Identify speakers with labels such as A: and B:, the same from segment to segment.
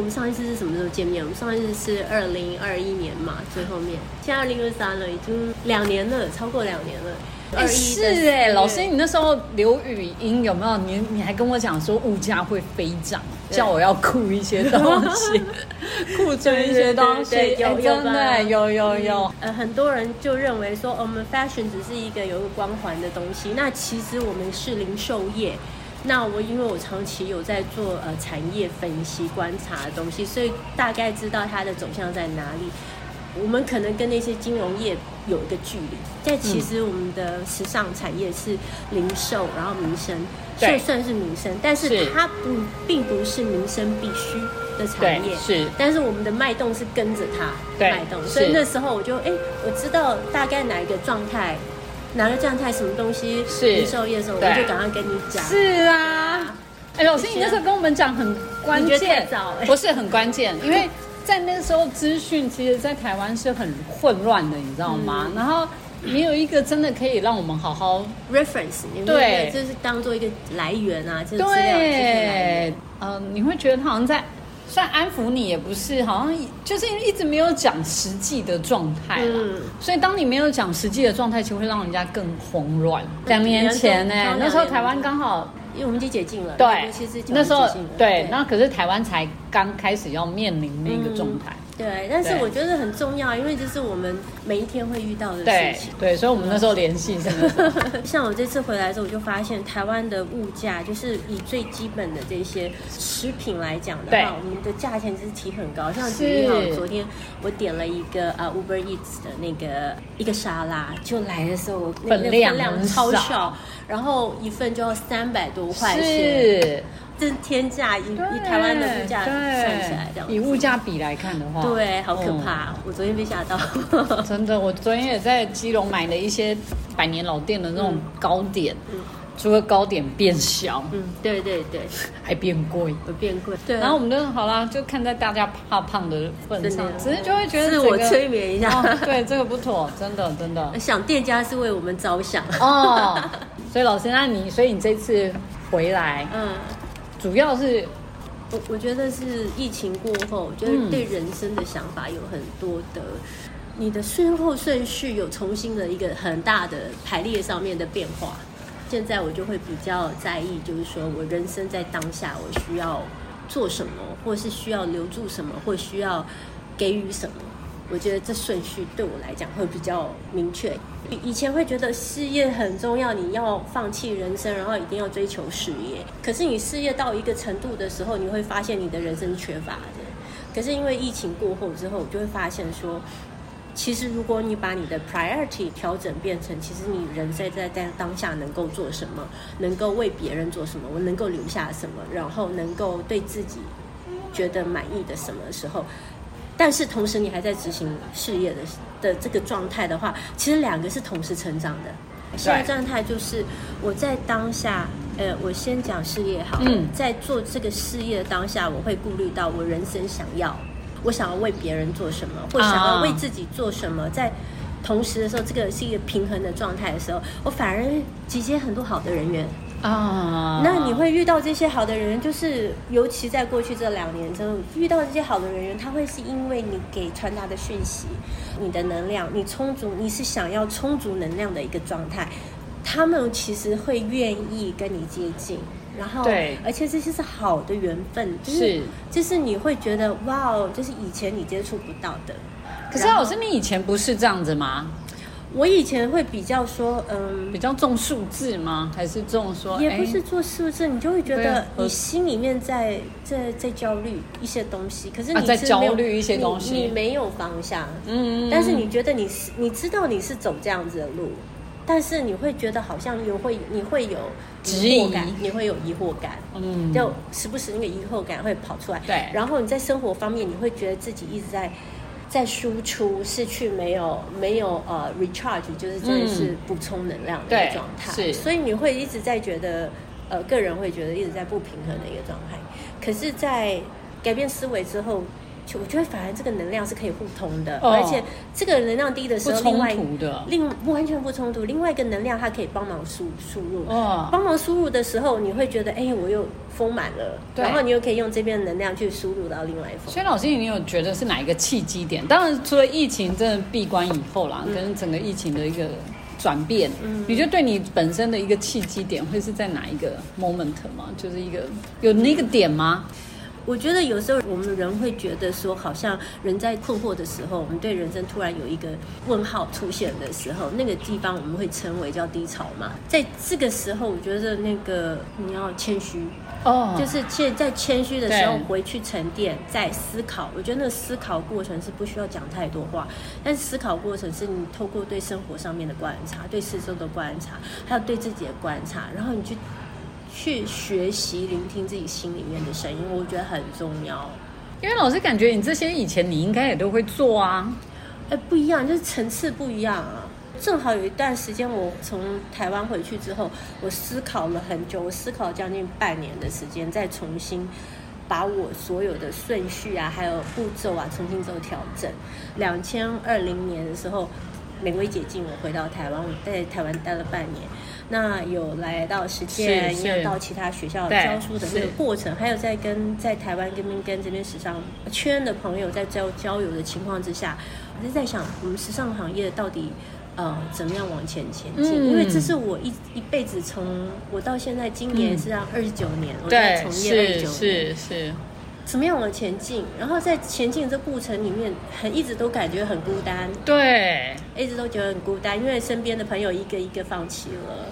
A: 们上一次是什么时候见面？我们上一次是二零二一年嘛，最后面，现在二零二三了，已经两年了，超过两年了。21
B: 哎、是
A: 的四
B: 哎、
A: 月
B: 老师，你那时候刘语音有没有？你你还跟我讲说物价会飞涨，
A: 对
B: 叫我要库一些东 西，库存一些东西。
A: 对对对
B: 哎
A: 有
B: 真的哎、
A: 有
B: 有有有。
A: 呃，很多人就认为说，哦我们 fashion 只是一个有一个光环的东西，那其实我们是零售业。那我因为我长期有在做呃产业分析观察的东西，所以大概知道它的走向在哪里。我们可能跟那些金融业有一个距离，但其实我们的时尚产业是零售，然后民生，
B: 对
A: 就算是民生，但是
B: 是
A: 它不并不是民生必须的
B: 对
A: 产业，，
B: 是
A: 但是我们的脉动是跟着它
B: 对
A: 脉动，
B: 是
A: 所以那时候我就哎、我知道大概哪一个状态，哪个状态什么东西
B: 是
A: 零售业的时候，我
B: 对
A: 就赶快跟你讲。
B: 是啊。哎、老师，
A: 你
B: 你
A: 觉得
B: 那时候跟我们讲很关
A: 你觉得太
B: 键
A: 早，了
B: 不是很关键，因为在那时候资讯其实，在台湾是很混乱的，你知道吗？
A: 嗯
B: 然后没有一个真的可以让我们好好
A: reference，你们
B: 对
A: 就是当做一个来源啊，就是资料就是来
B: 对
A: 源。，
B: 嗯、你会觉得他好像在算安抚你，也不是，好像就是因为一直没有讲实际的状态啦。
A: 嗯
B: 所以当你没有讲实际的状态，其实会让人家更慌乱。两年前呢、
A: 嗯两年前
B: 那时候台湾刚好
A: 因为我们已经解禁了，
B: 对
A: 其实，
B: 那时候对，
A: 那
B: 那可是台湾才刚开始要面临那个状态。
A: 嗯对，但是
B: 对
A: 我觉得很重要，因为这是我们每一天会遇到的
B: 对
A: 事情。
B: 对，所以我们那时候联系是那时候
A: 像我这次回来的时候，我就发现台湾的物价，就是以最基本的这些食品来讲的
B: 对
A: 话，我们的价钱是提很高。像
B: 是
A: 举例好了，昨天我点了一个呃 Uber Eats 的那个一个沙拉，就来的时候我那个
B: 分量
A: 分量
B: 很
A: 超
B: 少
A: 小，然后一份就要三百多块钱，
B: 是
A: 这是天价以
B: 对
A: 以台湾的物价算起来这样
B: 对以
A: 子。
B: 物价比来看的话，
A: 对，好可
B: 嗯
A: 怕！我昨天被吓到。
B: 真的，我昨天也在基隆买了一些百年老店的那种糕点，
A: 嗯
B: 除了糕点变小，
A: 嗯，对对对，
B: 还变贵。
A: 我变贵。对啊，
B: 然后我们就好啦，就看在大家怕胖的份
A: 真，
B: 上
A: 的
B: 只是就会觉得
A: 自
B: 整个
A: 我催眠一下。
B: 哦，对，这个不妥，真的真 的
A: 呃想店家是为我们着想。
B: 哦。所以老师，那你所以你这次回来，
A: 嗯，
B: 主要是
A: 我我觉得是疫情过后，我觉得
B: 嗯
A: 对人生的想法有很多的，你的先后顺序有重新的一个很大的排列上面的变化。现在我就会比较在意，就是说我人生在当下我需要做什么，或是需要留住什么，或需要给予什么。我觉得这顺序对我来讲会比较明确。以以前会觉得事业很重要，你要放弃人生，然后一定要追求事业。可是你事业到一个程度的时候，你会发现你的人生是缺乏的。可是因为疫情过后之后，我就会发现说，其实如果你把你的 priority 调整变成，其实你人在在在当下能够做什么，能够为别人做什么，我能够留下什么，然后能够对自己觉得满意的什么时候。但是同时，你还在执行事业的的这个状态的话，其实两个是同时成长的。现在状态就是我在当下，呃，我先讲事业好了，
B: 嗯
A: 在做这个事业的当下，我会顾虑到我人生想要，我想要为别人做什么，或想要为自己做什么，在同时的时候，这个是一个平衡的状态的时候，我反而集结很多好的人员。
B: 啊，
A: 那你会遇到这些好的人员，就是尤其在过去这两年之后，遇到这些好的人员，他会是因为你给传达的讯息、你的能量，你充足，你是想要充足能量的一个状态，他们其实会愿意跟你接近。然后，
B: 对
A: 而且这些是好的缘分，就是就是你会觉得哇哦，就是以前你接触不到的。
B: 可是老师，你以前不是这样子吗？
A: 我以前会比较说，嗯
B: 比，较重数字吗？还是重说？
A: 也不
B: 哎
A: 是做数字，你就会觉
B: 对啊
A: 得
B: 我
A: 你心里面在在在焦虑一些东西，可是
B: 啊
A: 你
B: 在
A: 是没有
B: 焦虑一些东西
A: 你你没有方向，
B: 嗯
A: 但是你觉得你是你知道你是走这样子的路，但是你会觉得好像你会你会有
B: 质
A: 疑惑感
B: 疑，
A: 你会有疑惑感，
B: 嗯
A: 就时不时那个疑惑感会跑出来。
B: 对
A: 然后你在生活方面，你会觉得自己一直在在输出，失去没有没有呃 recharge，就是真的是
B: 嗯
A: 补充能量的一
B: 对
A: 个状态。
B: 是
A: 所以你会一直在觉得呃，个人会觉得一直在不平衡的一个状态。可是，在改变思维之后。就我觉得反而这个能量是可以互通的，
B: 哦
A: 而且这个能量低的时
B: 不
A: 候，另
B: 冲
A: 外
B: 突的。
A: 另完全不冲突，另外一个能量它可以帮忙输输入。
B: 哦，
A: 帮忙输入的时候，你会觉得，哎、我又丰满了，
B: 对
A: 然后你又可以用这边的能量去输入到另外一方。
B: 所以老师，你有觉得是哪一个契机点？当然，除了疫情真的闭关以后
A: 嗯
B: 啦，跟整个疫情的一个转变，你觉得对你本身的一个契机点会是在哪一个 moment 吗？就是一个有那个点吗？
A: 我觉得有时候我们人会觉得说，好像人在困惑的时候，我们对人生突然有一个问号出现的时候，那个地方我们会称为叫低潮嘛。在这个时候，我觉得那个你要谦虚，
B: 哦
A: 就
B: 就是
A: 是谦在谦虚的时候
B: 对
A: 回去沉淀，再思考。我觉得那个思考过程是不需要讲太多话，但是思考过程是你透过对生活上面的观察、对四周的观察，还有对自己的观察，然后你去去学习聆听自己心里面的声音，我觉得很重要。
B: 因为老师感觉你这些以前你应该也都会做啊，
A: 哎，不一样，就是层次不一样啊。正好有一段时间，我从台湾回去之后，我思考了很久，我思考将近半年的时间，再重新把我所有的顺序啊，还有步骤啊，重新做调整。两千二零年的时候，美国一解禁，我回到台湾，我在台湾待了半年。那有来到实践，也
B: 是是
A: 有到其他学校
B: 对
A: 教书的那个
B: 是
A: 过程，还有在跟在台湾跟跟这边时尚呃圈的朋友在交交流的情况之下，我就在想我们时尚行业到底呃怎么样往前前进？
B: 嗯
A: 因为这是我一一辈子从我到现在今年
B: 嗯
A: 是让二十九年，我在从业二十九年，
B: 是，
A: 怎么样往前进？然后在前进的这过程里面，很一直都感觉很孤单，
B: 对，
A: 一直都觉得很孤单，因为身边的朋友一个一个放弃了。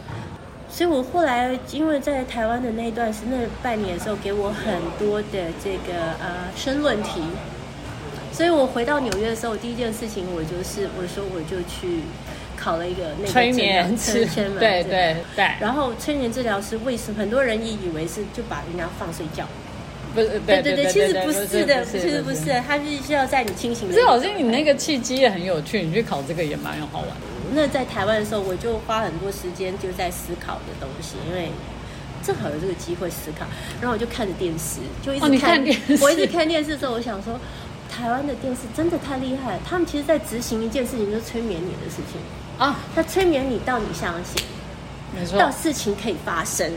A: 所以我后来因为在台湾的那一段时那半年的时候，给我很多的这个呃申论题，所以我回到纽约的时候，第一件事情我就是我说我就去考了一个那个
B: 催
A: 诊
B: 眠
A: 疗
B: 是
A: 催，眠嘛
B: 对对对，
A: 然后催眠治疗师为什么很多人也以为是就把人家放睡觉？
B: 不是，对
A: 对
B: 对，
A: 其实不是的，
B: 不
A: 其实不是的，它是需要在你清醒
B: 可
A: 的。
B: 是老师，你那个契机也很有趣，你去考这个也蛮有好玩的。
A: 那在台湾的时候，我就花很多时间就在思考的东西，因为正好有这个机会思考，然后我就看着电视，就一直
B: 哦你看电视
A: 我一直看电视的时候，我想说，台湾的电视真的太厉害了，他们其实在执行一件事情，就是催眠你的事情，
B: 啊，
A: 他催眠你到你相信，
B: 没错，
A: 到事情可以发生。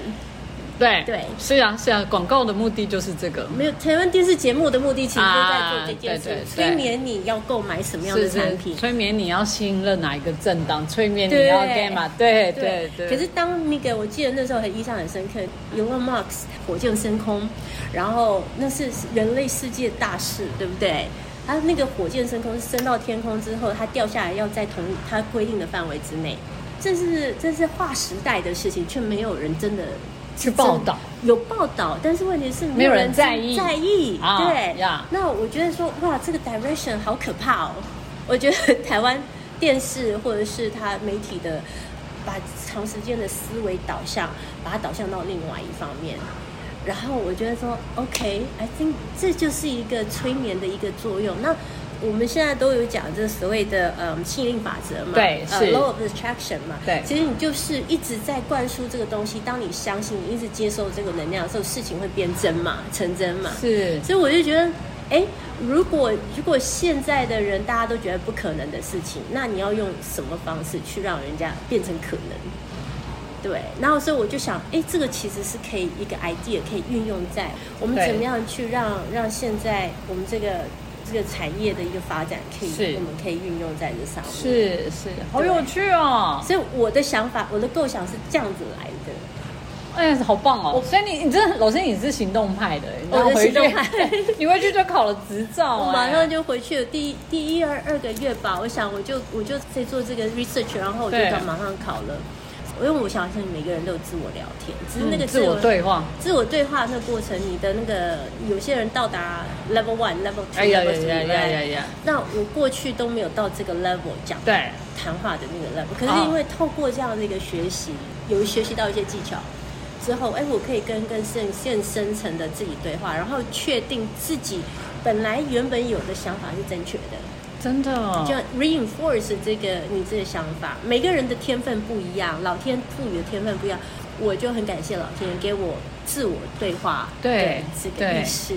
B: 对
A: 对
B: 是啊是啊，广告的目的就是这个，
A: 没有台湾电视节目的目的，其实都在做这件事，
B: 啊对对对
A: 催眠你要购买什么样的
B: 是
A: 产
B: 是
A: 品，，
B: 催眠你要信任哪一个政党，催眠你
A: 对
B: 要干嘛？对对对。
A: 可是当那个，我记得那时候很印象很深刻，Elon Musk 火箭升空，然后那是人类世界大事，对不对？他那个火箭升空是升到天空之后，它掉下来要在同它规定的范围之内，这是这是划时代的事情，却没有人真的
B: 去报道。
A: 有报道，但是问题是
B: 没有人在意
A: 在意
B: 啊
A: 对
B: 呀
A: 那我觉得说，哇，这个 direction 好可怕哦！我觉得台湾电视或者是它媒体的，把长时间的思维导向，把它导向到另外一方面。然后我觉得说，OK，I、think 这就是一个催眠的一个作用。那我们现在都有讲这所谓的呃吸引力法则嘛，
B: 对
A: 呃
B: 是
A: law of attraction 嘛，
B: 对
A: 其实你就是一直在灌输这个东西。当你相信，你一直接受这个能量的时候，事情会变真嘛，成真嘛。
B: 是
A: 所以我就觉得，哎，如果如果现在的人大家都觉得不可能的事情，那你要用什么方式去让人家变成可能？对，然后所以我就想，哎，这个其实是可以一个 idea 可以运用在我们
B: 对
A: 怎么样去让让现在我们这个这个产业的一个发展，可以
B: 是
A: 我们可以运用在这上面。
B: 是是，好有趣哦！
A: 所以我的想法，我的构想是这样子来的。
B: 哎，好棒哦！所以你你真的，老师你是行动派的，欸你
A: 哦我是
B: 回去
A: 行动派
B: 你回去就考了执照，
A: 我
B: 哎
A: 哦马上就回去了，第一第一二二个月吧，我想我就我就在做这个 research，然后我就
B: 对
A: 马上考了。因为我相信每个人都有自我聊天，只是那个
B: 嗯自我对话，
A: 自我对话那个过程，你的那个有些人到达 level one、level two、
B: 哎呀呀
A: level
B: 呀
A: three，
B: 呀
A: right？
B: 呀呀，
A: 那我过去都没有到这个 level 讲
B: 对，
A: 谈话的那个 level，可
B: 哦
A: 是因为透过这样的一个学习，有学习到一些技巧之后，哎，我可以跟更深更深层的自己对话，然后确定自己本来原本有的想法是正确的，
B: 真的哦，
A: 就 reinforce 这个你这个想法。每个人的天分不一样，老天赋予的天分不一样，我就很感谢老天给我自我对话
B: 对
A: 的这个
B: 对
A: 意识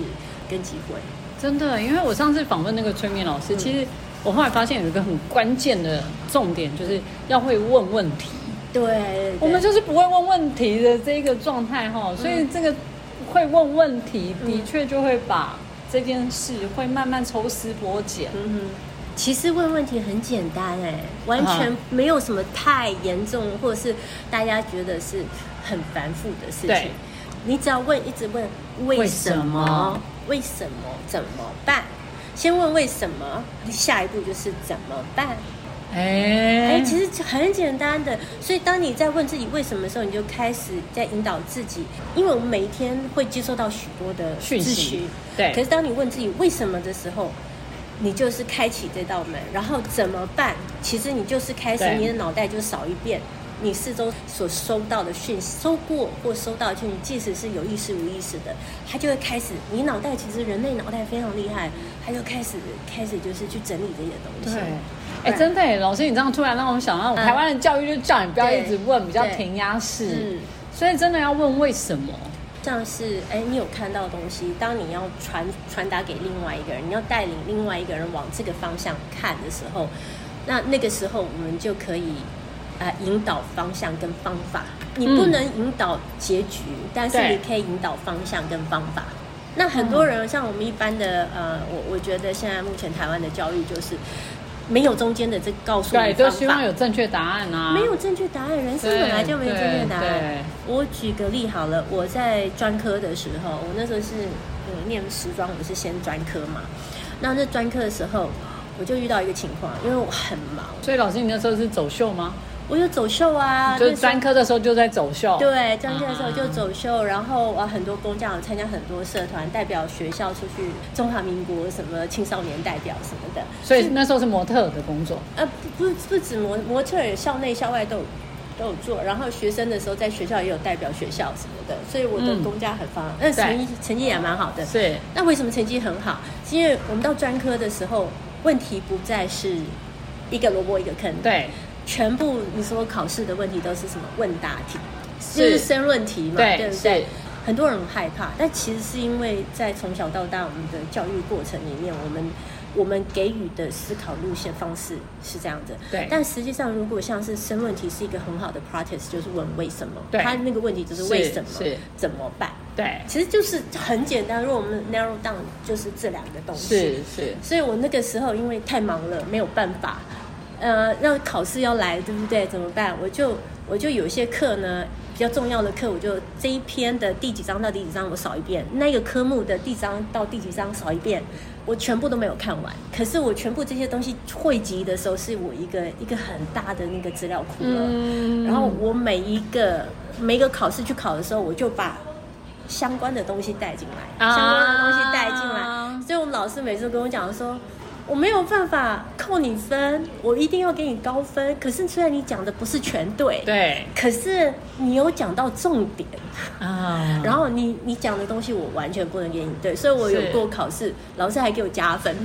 A: 跟机会。
B: 真的，因为我上次访问那个催眠老师，其实我后来发现有一个很关键的重点，就是要会问问题。
A: 对，对
B: 我们就是不会问问题的这个状态哈，所以这个会问问题，的确就会把这件事会慢慢抽丝剥茧。
A: 嗯哼，其实问问题很简单哎、完全
B: 啊
A: 没有什么太严重，或者是大家觉得是很繁复的事情
B: 对。
A: 你只要问，一直问为
B: 为
A: 什
B: 什
A: 么
B: 么、
A: 为什么、怎么办？先问为什么，下一步就是怎么办。哎、
B: 哎，
A: 其实很简单的，所以当你在问自己为什么的时候，你就开始在引导自己，因为我们每一天会接受到许多的
B: 讯
A: 咨
B: 息
A: 询，
B: 对
A: 可是当你问自己为什么的时候，你就是开启这道门，然后怎么办？其实你就是开始
B: 对
A: 你的脑袋就扫一遍。你四周所收到的讯息，收过或收到的讯息，即使是有意识无意识的，它就会开始。你脑袋其实人类脑袋非常厉害，它就开始开始就是去整理这些东西。
B: 对，哎，真的耶，老师，你这样突然让我想
A: 嗯
B: 到，台湾的教育就叫你不要一直问，比较
A: 对
B: 填鸭式
A: 嗯，
B: 所以真的要问为什么。
A: 像是哎，你有看到东西，当你要传传达给另外一个人，你要带领另外一个人往这个方向看的时候，那那个时候我们就可以啊、呃引导方向跟方法。你不
B: 嗯
A: 能引导结局，但是
B: 对
A: 你可以引导方向跟方法。那很多人、像我们一般的呃，我我觉得现在目前台湾的教育就是没有中间的这告诉
B: 对，
A: 你
B: 都
A: 方
B: 希
A: 法
B: 望。有正确答案啊。
A: 没有正确答案，人生
B: 对
A: 本来就没有正确答
B: 对
A: 案
B: 对。
A: 我举个例好了，我在专科的时候，我那时候是嗯念时装，我是先专科嘛。那那专科的时候，我就遇到一个情况，因为我很忙，
B: 所以老师，你那时候是走秀吗？
A: 我有走秀啊，
B: 就是
A: 那时候
B: 专科的时候就在走秀。
A: 对，专科的时候就走秀，然后啊，很多工匠有参加很多社团，代表学校出去中华民国什么青少年代表什么的。
B: 所以那时候是模特的工作，
A: 呃，不不不止模模特儿，校内校外都有都有做。然后学生的时候，在学校也有代表学校什么的，所以我的
B: 嗯
A: 公家很方，那、成绩成绩也蛮好的。
B: 是
A: 那为什么成绩很好？是因为我们到专科的时候，问题不再是一个萝卜一个坑，，
B: 对
A: 全部你所有考试的问题都是什么问答题，就是申论题嘛，
B: 对
A: 对不对
B: 是？
A: 很多人很害怕，但其实是因为在从小到大我们的教育过程里面，我们我们给予的思考路线方式是这样子。
B: 对
A: 但实际上，如果像是申论题是一个很好的 practice，就是问为什么，
B: 对
A: 他那个问题就是为什么
B: 是是，
A: 怎么办？
B: 对
A: 其实就是很简单，如果我们 narrow down，就是这两个东西。
B: 是是，
A: 所以我那个时候因为太忙了，没有办法，呃，那考试要来，对不对？怎么办？我就我就有一些课呢，比较重要的课，我就这一篇的第几章到第几章我扫一遍，那个科目的第几章到第几章扫一遍，我全部都没有看完。可是我全部这些东西汇集的时候，是我一个一个很大的那个资料库了。
B: 嗯
A: 然后我每一个每一个考试去考的时候，我就把相关的东西带进来，
B: 啊
A: 相关的东西带进来。所以我们老师每次都跟我讲说，我没有办法扣你分，我一定要给你高分。可是虽然你讲的不是全对，
B: 对
A: 可是你有讲到重点，
B: 啊，
A: 然后你你讲的东西我完全不能给你对，所以我有
B: 是
A: 过考试，老师还给我加分，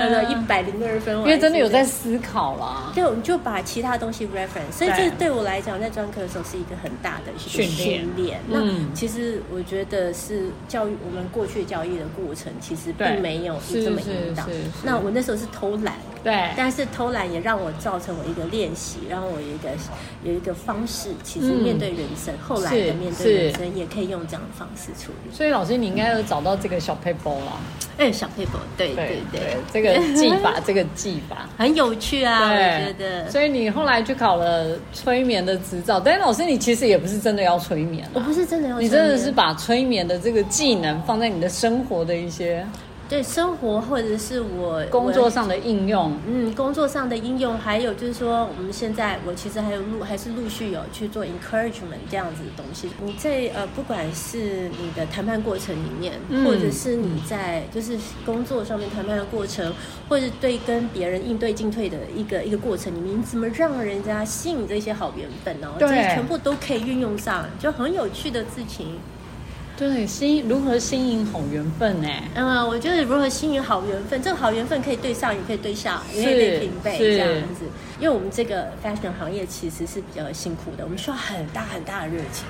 A: 呃，一百零二分，我
B: 因
A: 还
B: 为真的有
A: 记得
B: 在思考啦，
A: 对，我们就把其他东西 reference，所以
B: 对
A: 这对我来讲，在专科的时候是一个很大的一个
B: 训练
A: 训练。
B: 嗯
A: 那其实我觉得是教育我们过去教育的过程，其实
B: 对
A: 并没有
B: 是
A: 这么引导
B: 是是是。
A: 那我那时候是偷懒，
B: 对
A: 但是偷懒也让我造成我一个练习，让我有一个有一个方式，其实
B: 嗯
A: 面对人生，后来的
B: 是
A: 面对人
B: 是
A: 生也可以用这样的方式处理。
B: 所以老师你应该有找到这个小 paper 啦，
A: 哎，小佩宝，对对对，
B: 这个技法这个技法。
A: 很有趣啊，我觉
B: 对，
A: 得。
B: 所以你后来去考了催眠的执照，但是老师你其实也不是真的要催眠
A: 我
B: 啊，
A: 不是真的要
B: 你真的
A: 成
B: 是
A: 年
B: 把催眠的这个技能放在你的生活的一些
A: 对生活或者是我
B: 工作
A: 我
B: 上的应用，
A: 嗯，工作上的应用，还有就是说，我们现在我其实还有陆还是陆续有去做 encouragement 这样子的东西。你在呃，不管是你的谈判过程里面，
B: 嗯
A: 或者是你在就是工作上面谈判的过程，或者对跟别人应对进退的一个一个过程里面，你怎么让人家吸引这些好缘分哦？
B: 对
A: 这全部都可以运用上，就很有趣的事情。
B: 对，新如何新颖好缘分呢、
A: 嗯，我觉得如何吸引好缘分，这个好缘分可以对上，也可以对下，也可以
B: 是
A: 对平辈
B: 是
A: 这样子。因为我们这个 fashion 行业其实是比较辛苦的，我们需要很大很大的热情，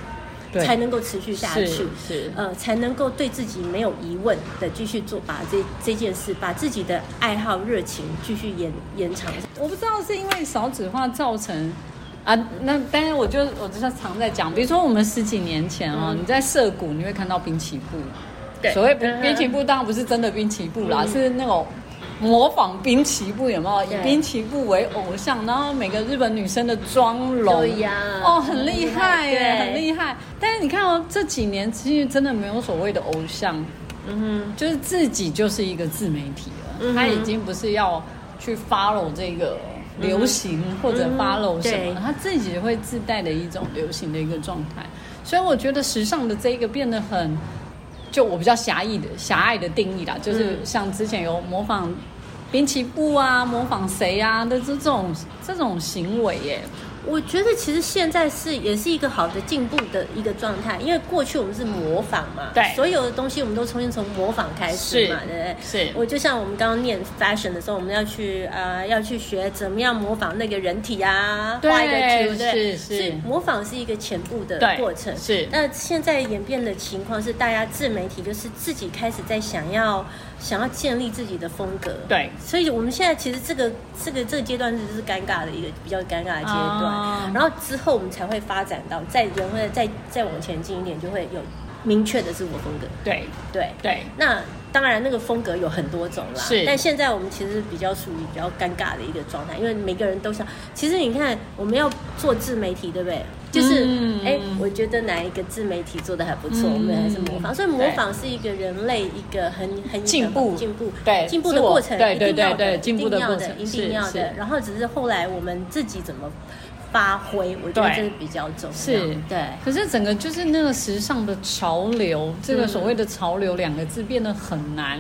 B: 对
A: 才能够持续下去
B: 是。是
A: 呃，才能够对自己没有疑问的继续做，把这这件事，把自己的爱好、热情继续延延长。
B: 我不知道是因为少子化造成啊，那当然我就我就是常在讲，比如说我们十几年前哦，你在涩谷你会看到滨崎步，
A: 对
B: 所谓滨
A: 嗯哼
B: 滨崎步当然不是真的滨崎步啦，是那种。模仿滨崎步有没有？以
A: 对
B: 滨崎步为偶像，然后每个日本女生的妆容
A: 对呀
B: 哦，很厉害耶，
A: 对
B: 很厉害。但是你看哦，这几年其实真的没有所谓的偶像，
A: 嗯哼，
B: 就是自己就是一个自媒体了，
A: 嗯哼
B: 他已经不是要去 follow 这个流行、或者
A: 嗯
B: follow 什么
A: 对
B: 了，他自己会自带的一种流行的一个状态。所以我觉得时尚的这一个变得很，就我比较狭义的狭隘的定义啦，就是
A: 嗯
B: 像之前有模仿。滨崎步啊，模仿谁啊的这种这种行为耶，
A: 我觉得其实现在是也是一个好的进步的一个状态，因为过去我们是模仿嘛，
B: 对
A: 所有的东西我们都重新从模仿开始嘛，
B: 是
A: 对不对？
B: 是
A: 我就像我们刚刚念 fashion 的时候，我们要去呃要去学怎么样模仿那个人体啊，
B: 对
A: 画一个图，对不对，
B: 是是
A: 所以模仿是一个前步的
B: 对
A: 过程。
B: 是
A: 那现在演变的情况是，大家自媒体就是自己开始在想要想要建立自己的风格，
B: 对
A: 所以我们现在其实这个这个这个阶段就是尴尬的一个比较尴尬的阶段，
B: 啊
A: 然后之后我们才会发展到再人会再再往前进一点，就会有明确的自我风格，
B: 对
A: 对。
B: 对，
A: 那当然，那个风格有很多种啦。
B: 是
A: 但现在我们其实比较属于比较尴尬的一个状态，因为每个人都想。其实你看，我们要做自媒体，对不对？就是，哎、
B: 嗯
A: 我觉得哪一个自媒体做的还不错，
B: 嗯
A: 我们还是模仿。所以模仿是一个人类一个很很
B: 进步
A: 进步
B: 对
A: 进步
B: 自
A: 的
B: 我
A: 过程，
B: 对
A: 一定
B: 对对
A: 要的
B: 对进步的
A: 一定要
B: 过
A: 的，
B: 程
A: 一定要
B: 是
A: 的
B: 是。
A: 然后只是后来我们自己怎么发挥，我觉得
B: 对
A: 这是比较重要。
B: 是
A: 对。
B: 可是整个就是那个时尚的潮流，这个所谓的潮流两个字变得很难，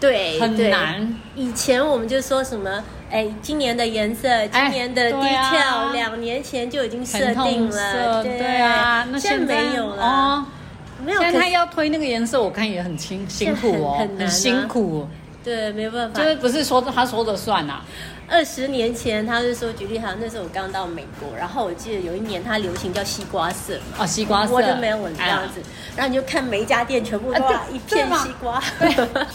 A: 对，
B: 很
A: 嗯哎对
B: 难。
A: 以前我们就说什么，哎，今年的颜色，今年的
B: 哎对啊
A: detail，、两年前就已经设
B: 很
A: 定
B: 痛
A: 了，
B: 色，对啊，那
A: 现
B: 现
A: 在没有了，
B: 哦。
A: 没有，
B: 现在
A: 可
B: 他
A: 是
B: 要推那个颜色，我看也很辛辛苦哦，
A: 现在很很难啊
B: 辛苦哦，
A: 对，没办法
B: 就。是不是说他说的算啊？
A: 二十年前，他就说，举例好像那时候我刚到美国，然后我记得有一年它流行叫西瓜色嘛。
B: 哦，西瓜色，
A: 我就没有这样
B: 啊
A: 子，然后你就看每一家店全部都
B: 啊对
A: 哇一片
B: 对嘛
A: 西瓜，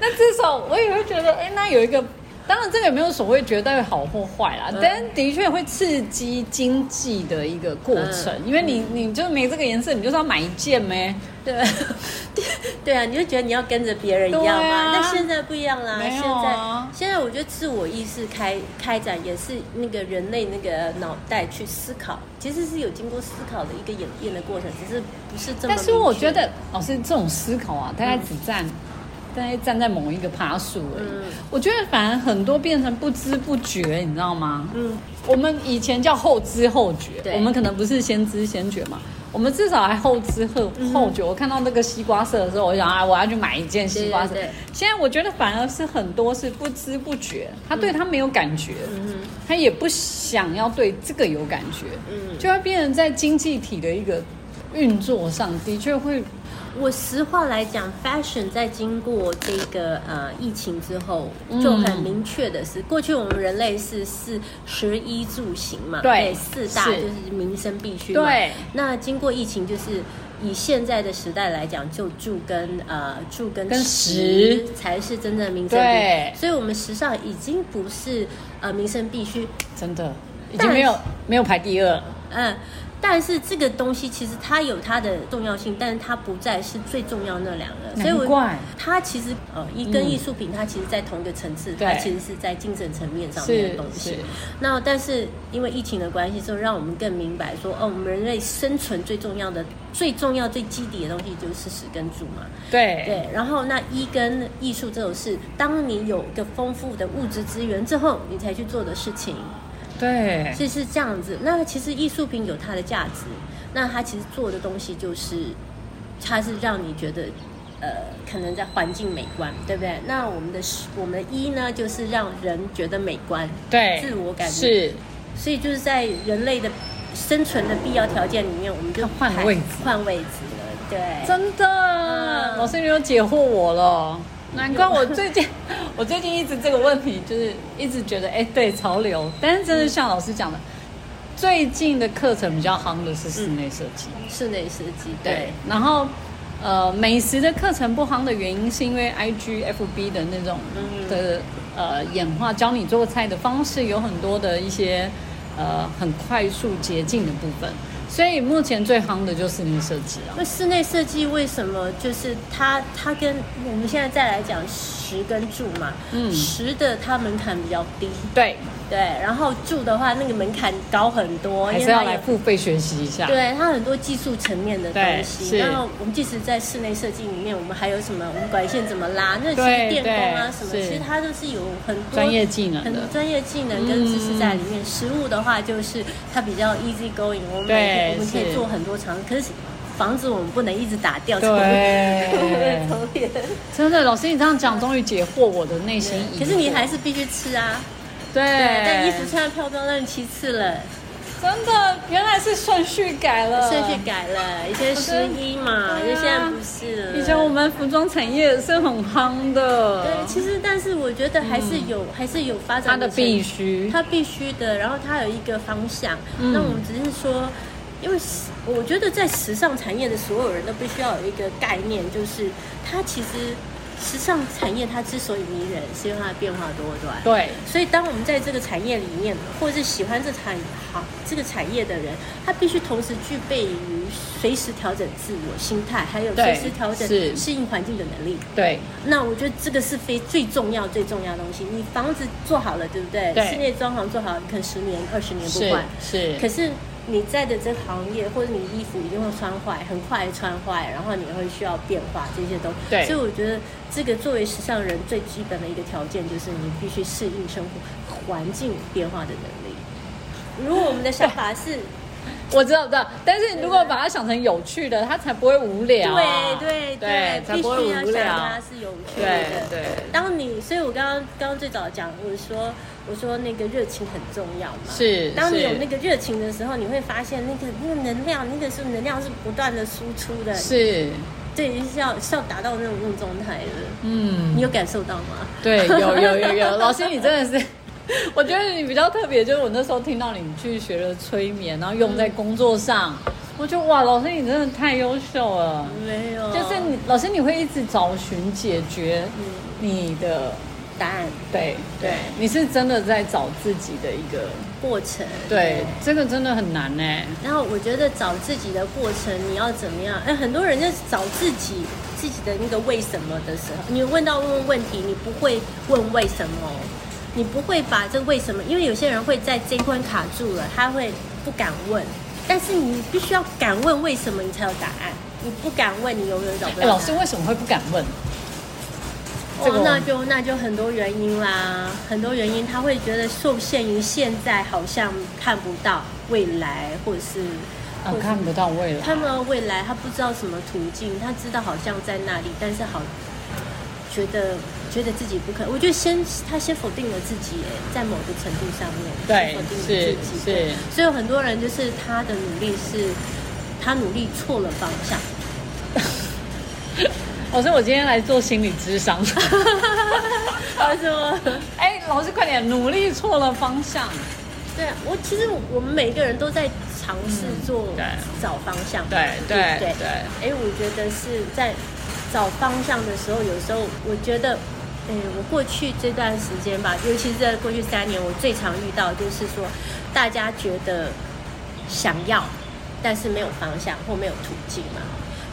B: 那至少我也会觉得，哎、那有一个，当然这个也没有所谓绝对好或坏啦，
A: 嗯
B: 但的确会刺激经济的一个过程，
A: 嗯
B: 因为你你就没这个颜色，你就是要买一件呗。
A: 对， 对啊，你就觉得你要跟着别人一样
B: 对
A: 嘛
B: 啊？
A: 但现在不一样啦，
B: 没
A: 现
B: 有啊
A: 在现在我觉得自我意识开开展也是那个人类那个脑袋去思考，其实是有经过思考的一个演变的过程，只是不是这么明确。嗯
B: 但是我觉得，老师这种思考啊，大概只占、大概站在某一个趴数而已。
A: 嗯
B: 我觉得反而很多变成不知不觉，你知道吗？
A: 嗯，
B: 我们以前叫后知后觉，
A: 对
B: 我们可能不是先知先觉嘛，我们至少还后知后后觉。我看到那个西瓜色的时候，我想啊，我要去买一件西瓜色
A: 嗯对对对。
B: 现在我觉得反而是很多是不知不觉，他对他没有感觉，他也不想要对这个有感觉，
A: 嗯
B: 就会变成在经济体的一个运作上，的确会
A: 我实话来讲，fashion 在经过这个呃疫情之后，就很明确的
B: 嗯
A: 是，过去我们人类是是食衣住行嘛，
B: 对
A: 四大
B: 是
A: 就是民生必须嘛。
B: 对，
A: 那经过疫情，就是以现在的时代来讲，就住跟呃住跟
B: 跟
A: 食
B: 食
A: 才是真正的民生
B: 对
A: 必，所以我们时尚已经不是呃民生必须，
B: 真的已
A: 但
B: 经没有没有排第二了。
A: 嗯，但是这个东西其实它有它的重要性，但是它不再是最重要那两个。所以
B: 难怪
A: 我它其实呃，一跟
B: 嗯
A: 艺术品，它其实在同一个层次，
B: 对
A: 它其实是在精神层面上面的东
B: 嗯是
A: 西
B: 是。
A: 那但是因为疫情的关系，就让我们更明白说，哦，我们人类生存最重要的、最重要、最基底的东西就是食跟住嘛。
B: 对
A: 对，然后那一跟艺术这种事，当你有一个丰富的物质资源之后，你才去做的事情。
B: 对
A: 所以是这样子。那其实艺术品有它的价值，那它其实做的东西就是，它是让你觉得，呃，可能在环境美观，对不对？那我们的是我们的一呢，就是让人觉得美观，
B: 对，
A: 自我感觉
B: 是
A: 所以就是在人类的生存的必要条件里面，我们就
B: 换
A: 排
B: 位置
A: 换位置了，对。
B: 真的，
A: 嗯
B: 老师你有解惑我了。难怪我最近， 我最近一直这个问题就是一直觉得，哎、对潮流，但是真的像老师讲的，最近的课程比较夯的是室内设计，
A: 室内设计，对，，
B: 然后。呃，美食的课程不夯的原因是因为 I G F B 的那种的、呃演化，教你做菜的方式有很多的一些呃很快速捷径的部分，所以目前最夯的就是室内设计啊。
A: 那室内设计为什么就是它它跟我们现在再来讲食跟住嘛，
B: 嗯
A: 食的它门槛比较低，
B: 对，
A: 对，然后住的话那个门槛高很多，
B: 还
A: 哦因
B: 是
A: 为
B: 要
A: 它
B: 来
A: 有。
B: 付费学习一下。
A: 对它很多技术层面的
B: 对
A: 东西，
B: 是
A: 然后我们即使在室内设计里面，我们还有什么我们管线怎么拉，那其实
B: 对
A: 电工啊
B: 对
A: 什么，
B: 是
A: 其实它都是有很多
B: 专业技能
A: 很
B: 的
A: 多专业技能跟知识在里面。食物的话，就是它比较 easy going，我们
B: 对
A: 每天我们可以
B: 是
A: 做很多尝试。可是房子我们不能一直打掉，
B: 对
A: 从 从脸。
B: 真的，老师你这样讲，终于解惑我的内心疑
A: 可
B: 惑。
A: 是你还是必须吃啊，
B: 对，
A: 对。但衣服穿的漂不漂亮其次了，
B: 真的原来是顺序改了，
A: 顺序。改了，以前十一嘛，
B: 呃对啊
A: 就现在不是了。
B: 以前我们服装产业是很夯的，
A: 对，其实但是我觉得还
B: 嗯
A: 是有，还是有发展
B: 它的
A: 潜
B: 必须，
A: 它必须的，然后它有一个方向。
B: 嗯
A: 那我们只是说，因为时我觉得在时尚产业的所有人都必须要有一个概念，就是它其实时尚产业它之所以迷人，是因为它的变化多端。
B: 对
A: 所以，当我们在这个产业里面，或者是喜欢这产好这个产业的人，他必须同时具备于随时调整自我心态，还有随
B: 对
A: 时调整
B: 是
A: 适应环境的能力。
B: 对
A: 那我觉得这个是非最重要最重要的东西。你房子做好了，对不对？
B: 对
A: 室内装潢做好，你可能十年、二十年不
B: 是
A: 换。可
B: 是，
A: 是你在的这个行业，或者你衣服一定会穿坏，很快穿坏，然后你会需要变化这些东西。
B: 对
A: 所以我觉得这个作为时尚人最基本的一个条件，就是你必须适应生活环境变化的能力。如果我们的想法 是，
B: 我知道知道，但是如果把它想成有趣的，它才不会无聊啊，
A: 对对
B: 对，才
A: 必
B: 不会
A: 须要想它
B: 无聊，
A: 是有趣的。
B: 对对
A: 当你，所以我刚刚刚刚最早讲，我说我说那个热情很重要嘛。。
B: 是，
A: 当你有
B: 是
A: 那个热情的时候，你会发现那个那个能量，那个是能量是不断的输出的，
B: 是，
A: 对，是要是要达到那种那种状态的。
B: 嗯。
A: 你有感受到吗？
B: 对，有有有有，老师你真的是， 我觉得你比较特别，就是我那时候听到你去学了催眠，然后用在工作上，我觉得哇，老师你真的太优秀了，
A: 没有，
B: 就是你老师你会一直找寻解决你的，
A: 答案
B: 对
A: 对
B: 你是真的在找自己的一个，
A: 过程。
B: 对，这个真的很难呢、
A: 然后我觉得找自己的过程，你要怎么样？哎，很多人就是找自己自己的那个为什么的时候，你问到问问题，你不会问为什么，哦你不会把这个为什么，因为有些人会在这一关卡住了，他会不敢问。但是你必须要敢问为什么，你才有答案。你不敢问，你永远找不
B: 哎、
A: 到答案。
B: 老师为什么会不敢问？这个
A: 哦
B: 我，
A: 那就那就很多原因啦，很多原因他会觉得受限于现在，好像看不到未来，或者是
B: 啊
A: 或，者是
B: 看不到未来，
A: 他们未来他不知道什么途径，他知道好像在那里，但是好觉得觉得自己不可。我觉得先他先否定了自己，哎在某个程度上面，
B: 对
A: 先否定
B: 是
A: 了自己。欸
B: 是，
A: 所以有很多人就是他的努力是，他努力错了方向。
B: 老师我今天来做心理 智商。
A: 他说。
B: 哎、老师快点，努力错了方向。
A: 对啊，我其实我们每个人都在尝试做、
B: 嗯对
A: 找方向嘛，
B: 对
A: 对不
B: 对对
A: 哎，我觉得是在找方向的时候，有时候我觉得，哎，我过去这段时间吧，尤其是在过去三年，我最常遇到就是说，大家觉得想要，但是没有方向或没有途径嘛，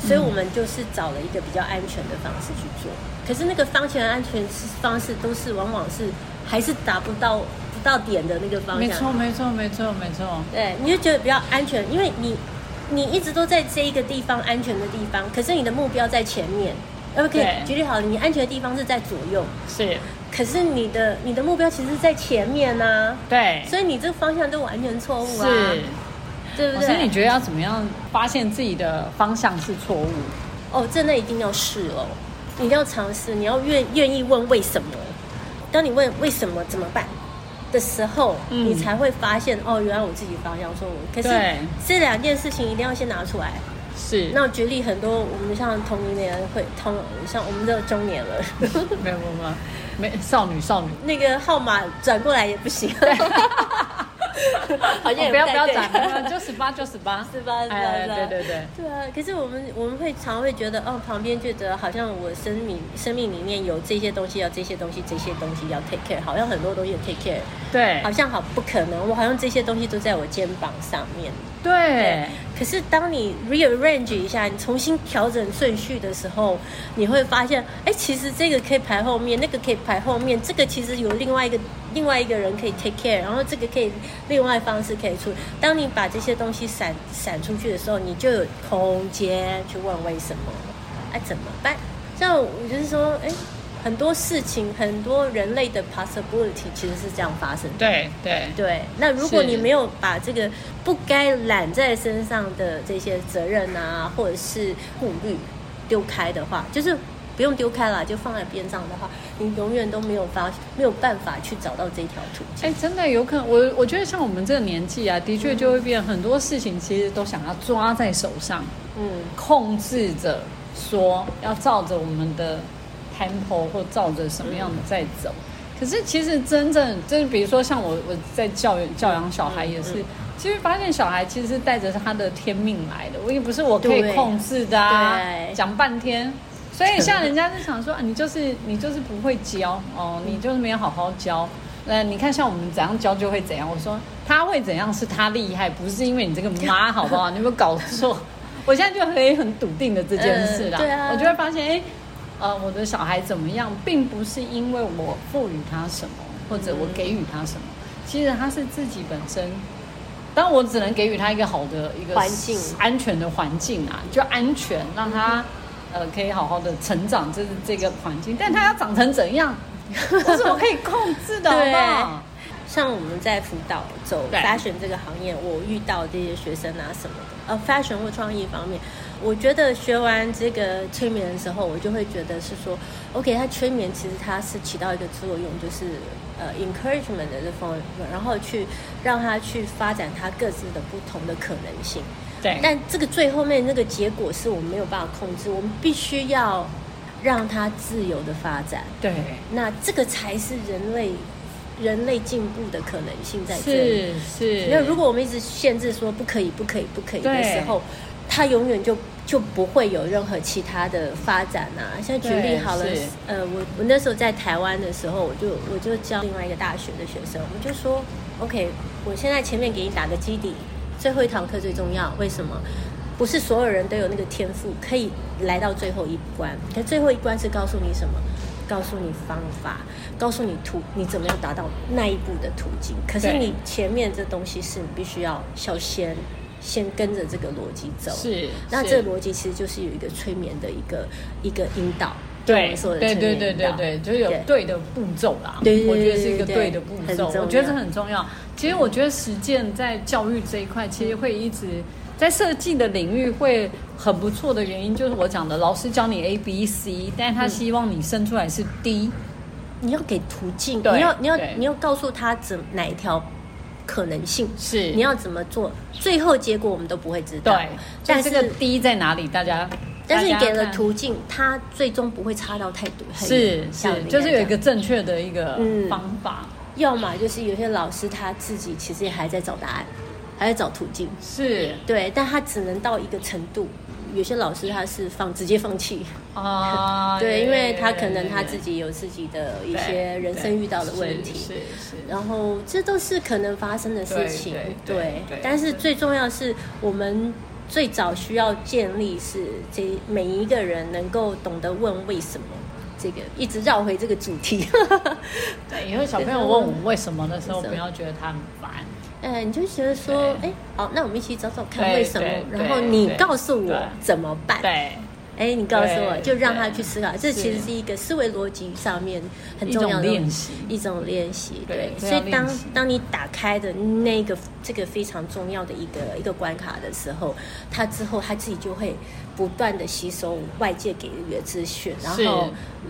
B: 嗯
A: 所以我们就是找了一个比较安全的方式去做。可是那个方全安全方式都是往往是还是达不到不到点的那个方向，
B: 没错，没错，没错，没错。
A: 对，你就觉得比较安全，因为你你一直都在这一个地方安全的地方，可是你的目标在前面。OK，
B: 对
A: 举例好了，你安全的地方是在左右，
B: 是，
A: 可是你的你的目标其实是在前面呐、
B: 对，
A: 所以你这个方向都完全错误啊，
B: 是。
A: 对不
B: 老师，
A: 对
B: 你？觉得要怎么样发现自己的方向是错误？
A: 哦，真的一定要试哦，你一定要尝试，你要愿愿意问为什么。当你问为什么怎么办的时候，
B: 嗯
A: 你才会发现哦，原来我自己方向错误。可是
B: 对
A: 这两件事情一定要先拿出来。
B: 是，
A: 那举例很多，我们像同龄的人会同，像我们都中年了，
B: 没有，没有，没有，没少女，少女。
A: 那个号码转过来也不行。 好像也
B: 哦不要
A: 太
B: 不要
A: 对
B: 展，不要就十八就十八，
A: 十八
B: 哎，
A: 是吧
B: 对对对。
A: 对啊，可是我们我们会常会觉得，哦，旁边觉得好像我生命生命里面有这些东西，要这些东西，这些东西要 take care，好像很多东西也 take care，
B: 对
A: 好像好不可能，我好像这些东西都在我肩膀上面。
B: 对，
A: 可是当你 rearrange 一下，你重新调整顺序的时候，你会发现，哎，其实这个可以排后面，那个可以排后面，这个其实有另外一个另外一个人可以 take care，然后这个可以另外方式可以处理。当你把这些东西闪闪出去的时候，你就有空间去问为什么，哎、怎么办？像我就是说，哎，很多事情，很多人类的 possibility 其实是这样发生的。
B: 对对
A: 对，那如果
B: 是
A: 你没有把这个不该揽在身上的这些责任啊，或者是顾虑丢开的话，就是不用丢开啦，就放在边上的话，你永远都没有发没有办法去找到这条途径。
B: 哎、真的有可能，我我觉得像我们这个年纪啊，的确就会变很多事情，其实都想要抓在手上，
A: 嗯
B: 控制着说要照着我们的 tempo 或照着什么样的在走。可是其实真正就是比如说像我我在教育教养小孩也是，其实发现小孩其实是带着他的天命来的，我也不是我可以
A: 对
B: 控制的啊
A: 对，
B: 讲半天。所以像人家就想说啊，你就是你就是不会教
A: 嗯
B: 哦，你就是没有好好教。那你看像我们怎样教就会怎样。我说他会怎样是他厉害，不是因为你这个妈好不 好？你有没有搞错？我现在就可以很笃定的这件事啦。
A: 嗯对啊
B: 我就会发现，哎，呃，我的小孩怎么样，并不是因为我赋予他什么，或者我给予他什么，其实他是自己本身。当然我只能给予他一个好的一个
A: 环境
B: 安全的环境啊，就安全，让他、呃可以好好的成长，这是这个环境。但他要长成 怎样，不是我可以控制的，好不好？
A: 像我们在辅导走
B: 对
A: fashion 这个行业，我遇到这些学生啊什么的，呃，fashion 或创意方面，我觉得学完这个催眠的时候，我就会觉得是说，OK，它催眠其实它是起到一个作用，就是呃 encouragement 的这方面，然后去让他去发展他各自的不同的可能性。
B: 对，
A: 但这个最后面那个结果是我们没有办法控制，我们必须要让它自由的发展。
B: 对，
A: 那这个才是人类人类进步的可能性在这里。
B: 是是。
A: 那如果我们一直限制说不可以、不可以、不可以的
B: 对
A: 时候，它永远就就不会有任何其他的发展啊。像举例
B: 对
A: 好了
B: 是，
A: 呃，我我那时候在台湾的时候，我就我就教另外一个大学的学生，我就说，OK，我现在前面给你打个基底，最后一堂课最重要，为什么？不是所有人都有那个天赋可以来到最后一关，可最后一关是告诉你什么？告诉你方法，告诉你途你怎么样达到那一步的途径。可是
B: 对
A: 你前面这东西是你必须要要先先跟着这个逻辑走。
B: 是
A: 那
B: 是
A: 这个逻辑其实就是有一个催眠的一个一个引导，我
B: 对
A: 们说的
B: 对
A: 催
B: 对
A: 眠
B: 对
A: 引
B: 对
A: 导
B: 对，就是有对的步骤啦。
A: 对对对
B: 我觉得是一个
A: 对
B: 对的步
A: 很
B: 骤
A: 重，要
B: 我觉得这很重要。其实我觉得实践在教育这一块，其实会一直在设计的领域会很不错的原因，就是我讲的，老师教你 A B C，但他希望你生出来是 D。
A: 你要给途径，
B: 对
A: 你要你要
B: 对
A: 你要告诉他怎哪一条可能性，
B: 是
A: 你要怎么做，最后结果我们都不会知道。
B: 对，
A: 但
B: 但
A: 是
B: 这个 D 在哪里？大家，
A: 但是你
B: 大家
A: 给了
B: 看
A: 途径，它最终不会差到太多。很
B: 是
A: 像
B: 是，
A: 你
B: 就是有一
A: 讲
B: 个正确的一个
A: 嗯
B: 方法。
A: 要么就是有些老师他自己其实也还在找答案，还在找途径，
B: 是
A: 对，但他只能到一个程度。有些老师他是放直接放弃，
B: 啊，
A: 对，因为他
B: 对
A: 可能
B: 对
A: 他
B: 对
A: 自己有自己的一
B: 对
A: 些人
B: 对
A: 生遇到的问
B: 是
A: 题，
B: 是是
A: 然后这都是可能发生的事
B: 对
A: 情
B: 对，对
A: 对
B: 对。
A: 但是最重要是我们最早需要建立是这每一个人能够懂得问为什么，这个一直绕回这个主题。
B: 对，以后小朋友问我为什么的时候，不要觉得他很烦。
A: 呃，你就觉得说，
B: 对
A: 哎，好，那我们一起找找看
B: 对
A: 为什么
B: 对，
A: 然后
B: 对
A: 你
B: 对
A: 告诉我
B: 对
A: 怎么办。
B: 对，
A: 哎，你告诉我，
B: 对
A: 就让他
B: 对
A: 去思考。这其实
B: 是
A: 是一个思维逻辑上面很
B: 一
A: 重
B: 种
A: 要的
B: 练习
A: 一种练习。对
B: 对，
A: 所
B: 这要
A: 以当
B: 练习
A: 当你打开的那个这个非常重要的一个一个关卡的时候，他之后他自己就会不断的吸收外界给予的资讯，然
B: 是
A: 后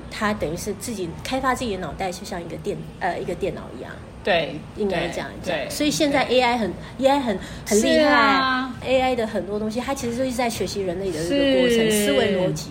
A: 他等于是自己开发自己的脑袋，就像一个电呃一个电脑一样。
B: 对，
A: 应该这样讲。
B: 对，
A: 所以现在 AI 很 AI 很很
B: 是
A: 厉害、
B: 啊
A: a i 的很多东西，它其实就是在学习人类的这个过程、
B: 是
A: 思维逻辑。